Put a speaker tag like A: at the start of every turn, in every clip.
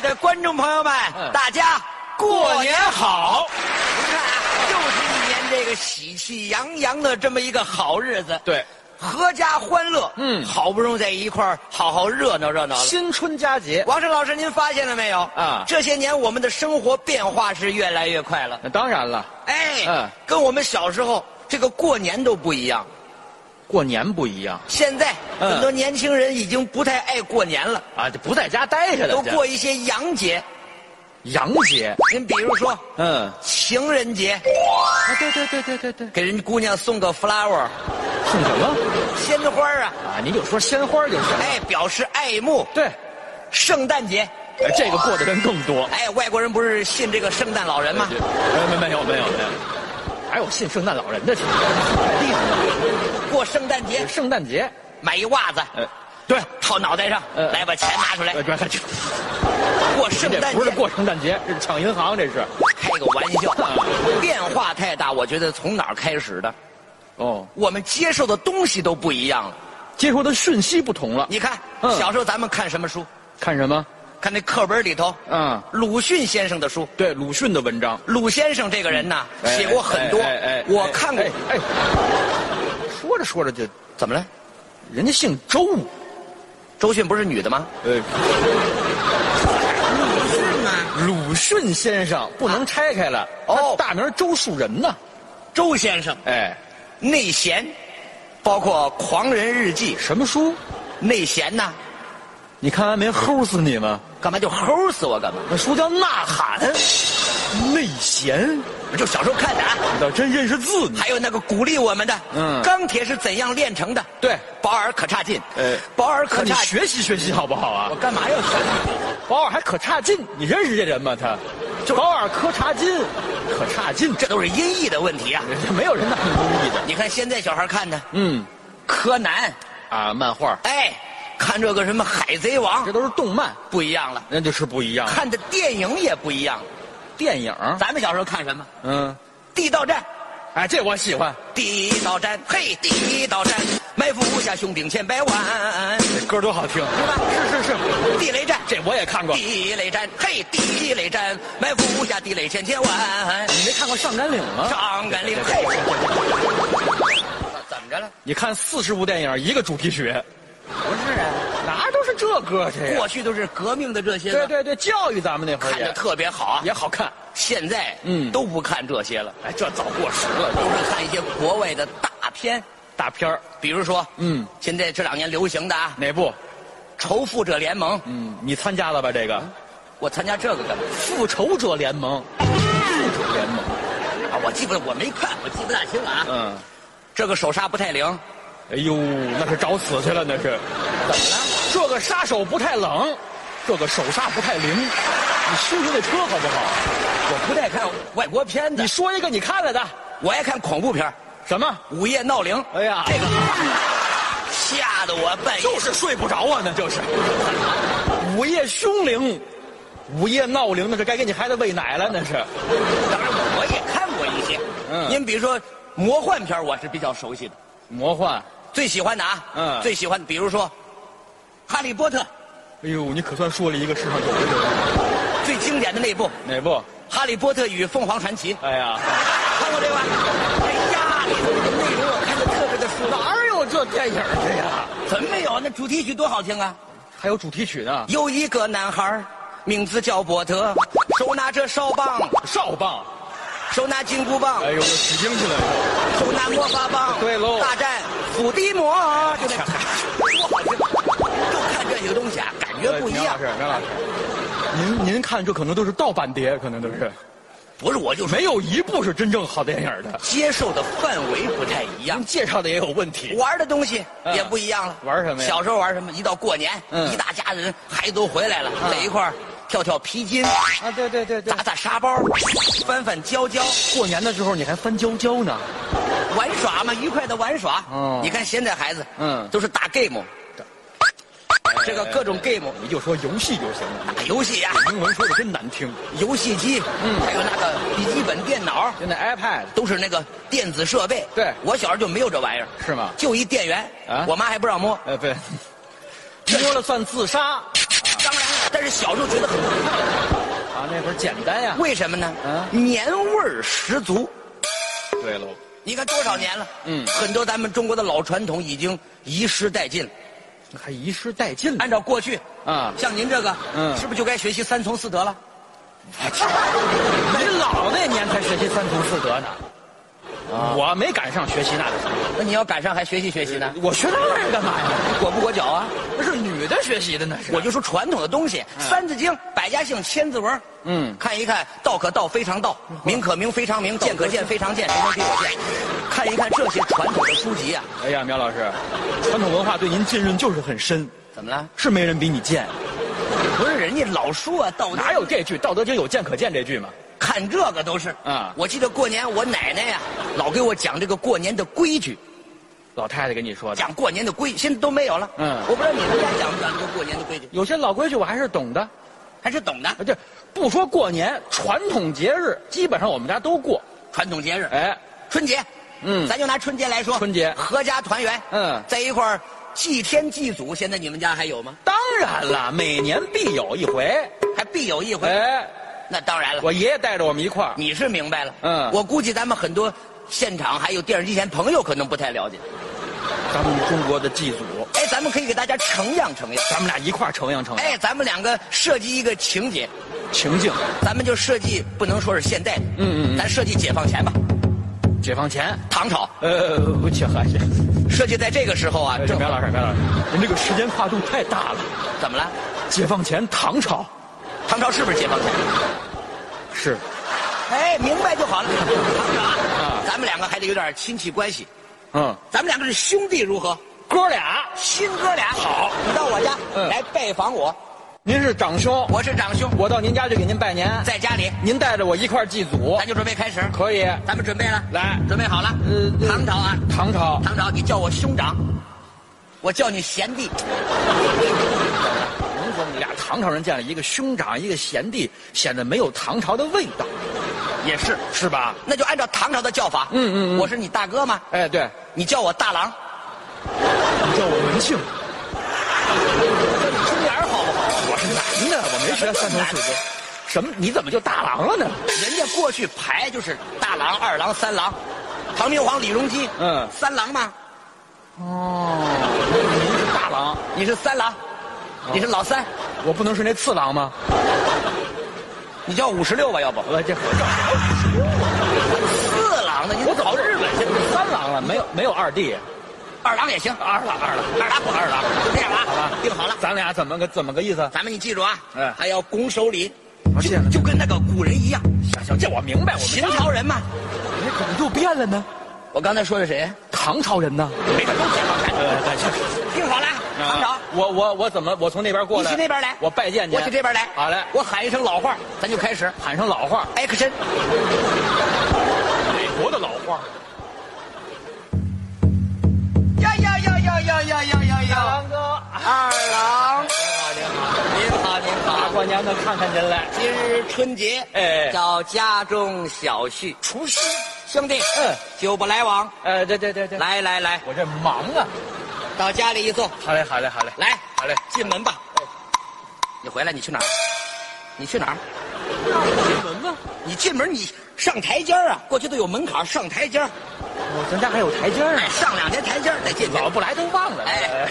A: 的观众朋友们，
B: 嗯
A: 大家过
B: 过
A: 年
B: 年好，
A: 你看啊，又是一年这个喜气洋洋的这么一个好日子，
B: 对，
A: 阖家欢乐，
B: 嗯
A: 好不容易在一块儿好好热闹热闹了。
B: 新春佳节。
A: 王胜老师，您发现了没有？
B: 啊
A: 这些年我们的生活变化是越来越快了。
B: 那当然了，
A: 哎，
B: 嗯
A: 跟我们小时候这个过年都不一样。
B: 过年不一样
A: 现在
B: 嗯
A: 很多年轻人已经不太爱过年了，
B: 啊，就不在家待着了，
A: 都
B: 这
A: 过一些洋节。
B: 洋节。
A: 您比如说
B: 嗯，
A: 情人节，
B: 啊，对对对对对对，
A: 给人姑娘送个 flower
B: 送什么
A: 鲜花啊，
B: 啊？你就说鲜花就是了。
A: 哎，表示爱慕。
B: 对，
A: 圣诞节，
B: 哎这个过的人更多。哎
A: 哎，外国人不是信这个圣诞老人吗
B: 没？有没有没有没有，哎还有哎信圣诞老人的，厉害！
A: 过圣诞节
B: 圣诞节，
A: 买一袜子，
B: 呃，对，
A: 套脑袋上，
B: 呃
A: 来把钱拿出来。
B: 呃，这这
A: 过圣
B: 这
A: 诞
B: 不是
A: 节，
B: 过圣诞节，这是抢银行，这是。
A: 开个玩 笑
B: 啊，
A: 变化太大，我觉得从哪儿开始的？
B: 哦，
A: 我们接受的东西都不一样了。
B: 接收的讯息不同了。
A: 你看，
B: 嗯
A: 小时候咱们看什么书？
B: 看什么？
A: 看那课本里头，
B: 嗯，
A: 鲁迅先生的书。
B: 对，鲁迅的文章。
A: 鲁先生这个人呐，
B: 哎
A: 写过很多
B: 哎哎哎，
A: 我看过
B: 哎。哎，说着说着就，
A: 怎么了？
B: 人家姓周，
A: 周迅不是女的吗？
B: 呃，
A: 嗯是吗？
B: 鲁迅先生啊不能拆开了。
A: 哦
B: 他大名周树人呢。
A: 周先生
B: 哎，
A: 内贤，包括《狂人日记》
B: 什么书？
A: 内贤呐，
B: 你看完没？齁死你吗？
A: 干嘛就齁死我干嘛？
B: 那书叫《呐喊》，内弦，
A: 就小时候看的啊。
B: 你倒真认识字呢。
A: 还有那个鼓励我们的，
B: 嗯
A: 钢铁是怎样炼成的？
B: 对，
A: 保尔·柯察金，
B: 呃
A: 保尔·
B: 可
A: 柯
B: 你
A: 察，
B: 学习学习好不好啊
A: 我？干嘛要学？
B: 保尔还可差劲，你认识这人吗？他，保尔柯察金，可差劲，
A: 这都是音译的问题啊！
B: 这没有人那么容易的。
A: 你看现在小孩看的
B: 嗯，
A: 柯南，
B: 啊，漫画，
A: 哎，看这个什么《海贼王
B: 这》都是动漫，
A: 不一样了，
B: 那就是不一样。
A: 看的电影也不一样了。
B: 电影，
A: 咱们小时候看什么？
B: 嗯，
A: 地道战，
B: 哎，这我喜欢。
A: 地道战，嘿，地道战，埋伏下凶兵千百万，
B: 这歌多好听，是吧？是是是，
A: 地雷战。
B: 这我也看过。你
A: 地雷战，嘿，地雷战，埋伏下地雷千千万。
B: 没看过《上甘岭》吗？
A: 上甘岭，嘿，怎么着了？
B: 你看四十部电影，一个主题曲，
A: 不是啊，
B: 哪都是这歌去呀
A: 过去都是革命的这些
B: 对
A: 个，
B: 对对，教育咱们那会儿
A: 看着
B: 也
A: 特别好啊。
B: 也好看。
A: 现在
B: 嗯
A: 都不看这些了，
B: 哎，这早过时
A: 都
B: 了，
A: 是看一些国外的大片，
B: 大片儿
A: 比如说，
B: 嗯，
A: 现在这两年流行的啊，
B: 哪部？
A: 《仇富者联盟》，
B: 嗯，你参加了吧？这个
A: 我参加这个干嘛？
B: 《复仇者联盟》，复仇联盟，
A: 啊，我记不得，我没看，我记不大清了啊。
B: 嗯，
A: 这个手刹不太灵，
B: 哎呦，那是找死去了，那是。
A: 怎么了？
B: 这个杀手不太冷，这个手刹不太灵，你修修那车好不好？
A: 我不太看外国片的
B: 你，说一个你看了的
A: 我爱看恐怖片儿，
B: 什么？
A: 《午夜闹铃》。
B: 哎呀，
A: 这个吓得我半夜
B: 就是睡不着啊，那就是。午夜凶铃，午夜闹铃，那是该给你孩子喂奶了，那是。
A: 当然我也看过一些，
B: 嗯
A: 您比如说魔幻片，我是比较熟悉的，
B: 魔幻，
A: 最喜欢的啊，
B: 嗯
A: 最喜欢的比如说《哈利波特》
B: 哎呦，你可算说了一个世上有的人。
A: 最经典的那部《
B: 哪部？
A: 哈利波特与凤凰传奇》，
B: 哎呀，
A: 看过这吧？哎呀，里头那个内容我看的特别的舒
B: 哪有这电影的呀？
A: 服，怎么没有？那主题曲多好听啊！
B: 还有主题曲呢，
A: 有一个男孩儿名字叫伯特，手拿着哨棒，
B: 哨棒。
A: 手拿金箍棒，
B: 哎呦，我起劲去了。
A: 手拿魔法棒，
B: 对喽
A: 大战伏地魔，就那， 多好听！就看这些个东西啊，感觉不一
B: 苗老
A: 样
B: 师。，苗老师，您您看这可能都是盗版碟，可能都是
A: 不是，我就说
B: 没有一部是真正好电影的。
A: 接受的范围不太一样
B: 您，介绍的也有问题。
A: 玩的东西
B: 嗯
A: 也不一样了。
B: 玩什么呀
A: 小时候玩什么？一到过年，
B: 嗯
A: 一大家子人，孩子都回来了，
B: 嗯
A: 在一块儿跳跳皮筋，
B: 啊，对对对对
A: 打打沙包，翻翻胶胶，
B: 过年的时候你还翻胶胶呢，
A: 玩耍嘛，愉快的玩耍。
B: 哦
A: 你看现在孩子，
B: 嗯哎
A: 都是打 game，这个各种 game
B: 你就说游戏就行了。
A: 打游戏呀、
B: 英文说的真难听，
A: 游戏机，嗯，还有那个笔记本电脑，
B: 就那 iPad
A: 都是那个电子设备。
B: 对
A: 我小时候就没有这玩意儿，
B: 是吗？
A: 就一电源
B: 啊
A: 我妈还不让摸。
B: 呃，不，摸了算自杀。
A: 当然了，但是小时候觉得很可怕，
B: 啊，那会儿简单呀。
A: 为什么呢？
B: 啊
A: 年味儿十足。
B: 对喽，
A: 你看多少年了？
B: 嗯
A: 很多咱们中国的老传统已经遗失殆尽了。
B: 还遗失殆尽了
A: 按照过去
B: 啊
A: 像您这个，
B: 嗯
A: 是不是就该学习三从四德了？
B: 你老那年才学习三从四德呢，我没赶上学习那就行了。
A: 那你要赶上还学习学习呢？
B: 我学那玩意儿干嘛呀？
A: 裹不裹脚啊？
B: 那是女的学习的那是。
A: 我就说传统的东西，三字经》《百家姓》《千字文》，
B: 嗯
A: 看一看，道可道非常道，名可名非常名，见可见非常见，谁能比我见？看一看这些传统的书籍啊，
B: 哎呀，苗老师，传统文化对您浸润就是很深，
A: 怎么了？
B: 是没人比你贱。
A: 不是人家老说啊，道
B: 哪有这句《道德经》有“见可见”这句吗？
A: 看这个都是
B: 啊
A: 我记得过年我奶奶呀、老给我讲这个过年的规矩，
B: 老太太跟你说的。
A: 讲过年的规，现在都没有了。
B: 嗯
A: 我不知道你们家讲不讲这个过年的规矩，
B: 有些老规矩我还是懂的，
A: 还是懂的。
B: 这不说过年，传统节日基本上我们家都过。
A: 传统节日，
B: 哎，
A: 春节，
B: 嗯
A: 咱就拿春节来说，
B: 春节
A: 合家团圆，
B: 嗯
A: 在一块儿祭天祭祖，现在你们家还有吗？
B: 当然了，每年必有一回。
A: 还必有一回，
B: 哎，
A: 那当然了，
B: 我爷爷带着我们一块儿，
A: 你是明白了，
B: 嗯
A: 我估计咱们很多现场还有电视机前朋友可能不太了解，
B: 咱们中国的祭祖，
A: 哎，咱们可以给大家呈样呈样，
B: 咱们俩一块儿承样承样
A: 哎，咱们两个设计一个情节，
B: 情境。
A: 咱们就设计不能说是现代的，
B: 嗯嗯嗯
A: 咱设计解放前吧，
B: 解放前，
A: 唐朝，
B: 呃，不切合适。
A: 设计在这个时候啊，正
B: 哎苗老师，苗老师，您这个时间跨度太大了。
A: 怎么了？
B: 解放前唐朝
A: 唐朝是不是解放前？
B: 是，
A: 哎，明白就好了。唐朝啊
B: 啊，
A: 咱们两个还得有点亲戚关系，
B: 嗯，
A: 咱们两个是兄弟如何？
B: 哥俩，
A: 亲哥俩，好，你到我家、
B: 嗯
A: 来拜访我，
B: 您是长兄，
A: 我是长兄，
B: 我到您家去给您拜年，
A: 在家里，
B: 您带着我一块儿祭祖
A: 咱，就准备开始，
B: 可以？
A: 咱们准备了，
B: 来
A: 准备好了。
B: 呃呃
A: 唐朝啊，
B: 唐朝，
A: 唐朝，你叫我兄长，我叫你贤弟，
B: 您说我们俩唐朝人见了一个兄长一个贤弟，显得没有唐朝的味道，
A: 也是，
B: 是吧？
A: 那就按照唐朝的叫法，
B: 嗯嗯嗯
A: 我是你大哥吗？
B: 哎，对，
A: 你叫我大郎，
B: 你叫我文庆，
A: 叫你春儿好不好？
B: 我是男的，我没学三从四德，什么？你怎么就大郎了呢？
A: 人家过去排就是大郎、二郎、三郎，唐明皇李隆基，
B: 嗯
A: 三郎嘛，
B: 哦，您是大郎，
A: 你是三郎，你是老三，
B: 我不能是那次郎吗？
A: 你叫五十六吧，要不
B: 我这
A: 四郎呢？你
B: 我走日本去，三郎了，没有没有二弟，
A: 二郎也行，
B: 二了二了，
A: 二郎不二郎，就这样了，
B: 好吧，
A: 定好了。
B: 咱俩怎么个怎么个意思？
A: 咱们你记住啊，
B: 嗯
A: 还要拱手礼，
B: 我
A: 就
B: 见了
A: 就跟那个古人一样，
B: 行行，这我明白，我们
A: 秦朝人嘛。
B: 哎怎么又变了呢？
A: 我刚才说的谁？
B: 唐朝人呢？呃
A: 每个都解放前，听好了，唐朝，
B: 我我我怎么我从那边过
A: 你
B: 来？
A: 去那边啊来，
B: 我拜见您。
A: 我去这边来，
B: 好嘞，
A: 我喊一声老话，咱就开始
B: 喊上老话，
A: action。
B: 美国的老话。
A: 呀呀呀呀呀呀呀呀呀！
B: 哥，
A: 二郎，
B: 您哎好
A: 您好您
B: 您好，大
A: 好，
B: 过年的看看您来。
A: 今日春节，
B: 哎
A: 找家中小婿、
B: 厨师，
A: 兄弟，
B: 嗯，
A: 久不来往，
B: 呃，对对对对，，
A: 来来来，
B: 我这忙啊。
A: 到家里一坐，
B: 好嘞，好嘞，好嘞，
A: 来，
B: 好嘞。
A: 进门吧。哎你回来，你去哪儿？你去哪儿？
B: 进门吧。
A: 你进门你上台阶儿啊，过去都有门槛儿上台阶儿，
B: 我咱家还有台阶呢
A: 哎，。上两天台阶儿再进去。
B: 老不来都忘了。
A: 哎，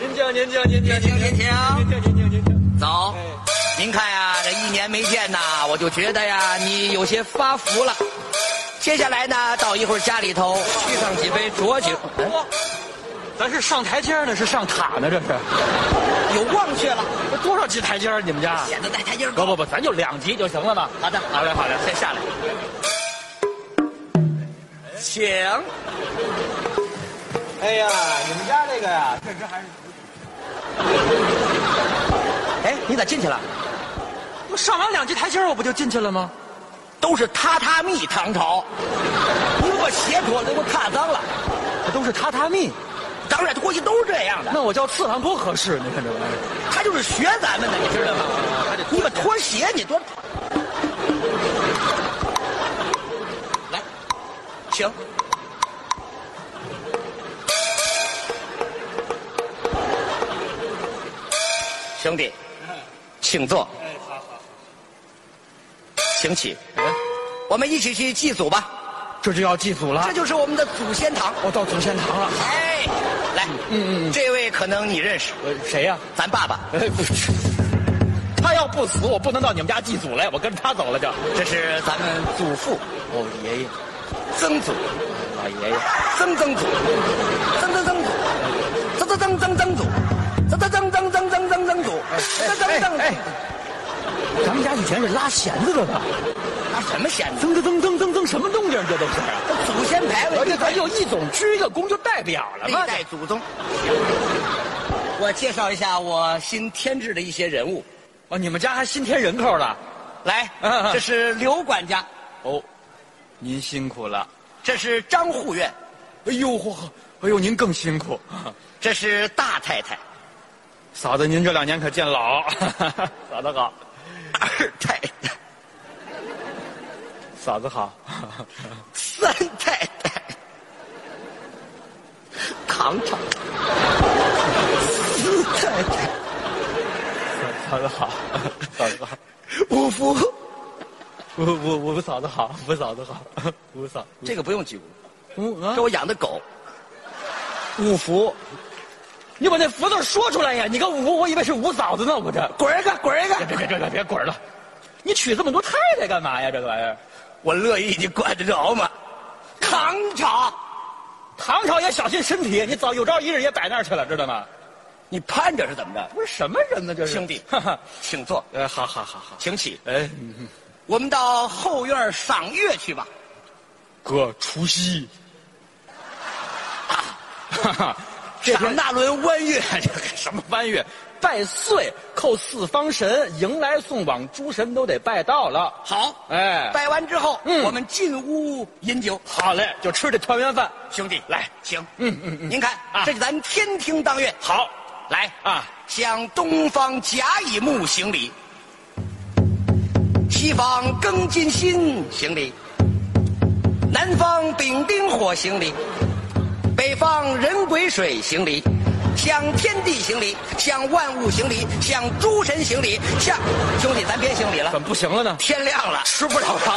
B: 您请，您请，您请，
A: 您请您请
B: 您请，您请，您请。
A: 走
B: 哎，
A: 您看呀、这一年没见呐，我就觉得呀，你有些发福了。接下来呢，到一会儿家里头续上几杯浊酒，哎
B: 哇，哦咱是上台阶呢，是上塔呢？这是
A: 有忘却了，
B: 这多少级台阶啊？你们家？
A: 显得在台阶儿
B: 不
A: 高。
B: 不不，咱就两级就行了吧？
A: 好的，
B: 好嘞，好嘞。
A: 先下来，请。
B: 哎呀，你们家这个呀，确实还是
A: 哎，你咋进去了？
B: 我上完两级台阶儿，我不就进去了吗？
A: 都是榻榻米唐朝，你给我鞋脱了，都给我踏脏了。
B: 这都是榻榻米，
A: 当然，过去都是这样的，
B: 那我叫次郎多合适？你看这玩意儿，
A: 他就是学咱们的，你知道吗？你把拖鞋，你多来，请。兄弟，请坐，
B: 哎，好好，
A: 请起，
B: 哎，
A: 我们一起去祭祖吧，
B: 这就要祭祖了
A: 这，就是我们的祖先堂。
B: 我到祖先堂了。
A: 哎，来，
B: 嗯嗯
A: 这位可能你认识，
B: 呃，谁呀、
A: 咱爸爸，
B: 哎，不是，他要不死，我不能到你们家祭祖来，我跟着他走了就。
A: 这是咱们祖父
B: 哦，爷爷，
A: 曾祖
B: 老爷爷，
A: 曾曾祖曾曾曾祖曾曾曾曾曾祖曾曾曾曾曾曾曾曾祖
B: 哎
A: 曾曾曾曾，
B: 咱们家以前是拉弦子的吧？
A: 拿什么弦子？
B: 噌噌噌噌噌噌，什么动静儿？这都是啊。
A: 祖先牌
B: 而
A: 位，
B: 且咱有一总鞠一个躬就代表了
A: 历
B: 嘛。
A: 代祖宗。我介绍一下我新添置的一些人物，
B: 哦，你们家还新添人口了？
A: 来
B: 嗯，
A: 这是刘管家，
B: 哦，您辛苦了。
A: 这是张护院，
B: 哎呦嚯，哎呦您更辛苦，
A: 这是大太太，
B: 嫂子您这两年可见老，嫂子好，
A: 二太太。
B: 嫂子好，
A: 三太太，糖糖，四太太，
B: 嫂子好，嫂子好，
A: 五福，
B: 我我我嫂子好，我嫂子好，我嫂这
A: 这个不用记住，
B: 嗯啊
A: 这我养的狗，
B: 五福，你把那福字说出来呀！你个五福，我以为是五嫂子呢，我这
A: 滚一个，滚一
B: 别
A: 个，
B: 别别别别滚了！你娶这么多太太干嘛呀？这个玩意儿，
A: 我乐意，你管得着吗？糖厂，
B: 唐朝也小心身体，你早有朝一日也摆那儿去了，知道吗？
A: 你盼着是怎么着？
B: 不是什么人呢，这是
A: 兄 弟
B: 哈哈，
A: 请坐，
B: 呃，好好好好，
A: 请起，
B: 哎。
A: 我们到后院赏月去吧。
B: 哥，除夕。哈哈， 这
A: 赏
B: 天
A: 那轮弯月，
B: 这个什么翻阅？拜岁，叩四方神，迎来送往，诸神都得拜到了。
A: 好，
B: 哎，
A: 拜完之后，
B: 嗯
A: 我们进屋饮酒。
B: 好嘞，就吃这团圆饭。
A: 兄弟，来，请，
B: 嗯嗯嗯
A: 您看，
B: 啊
A: 这是咱天庭当月，
B: 好
A: 来
B: 啊，
A: 向东方甲乙木行礼，西方庚金辛行礼，南方丙丁火行礼，北方人癸水行礼，向天地行礼，向万物行礼，向诸神行礼，向兄弟，咱别行礼了
B: 怎，么不行了呢？
A: 天亮了，
B: 吃不了汤。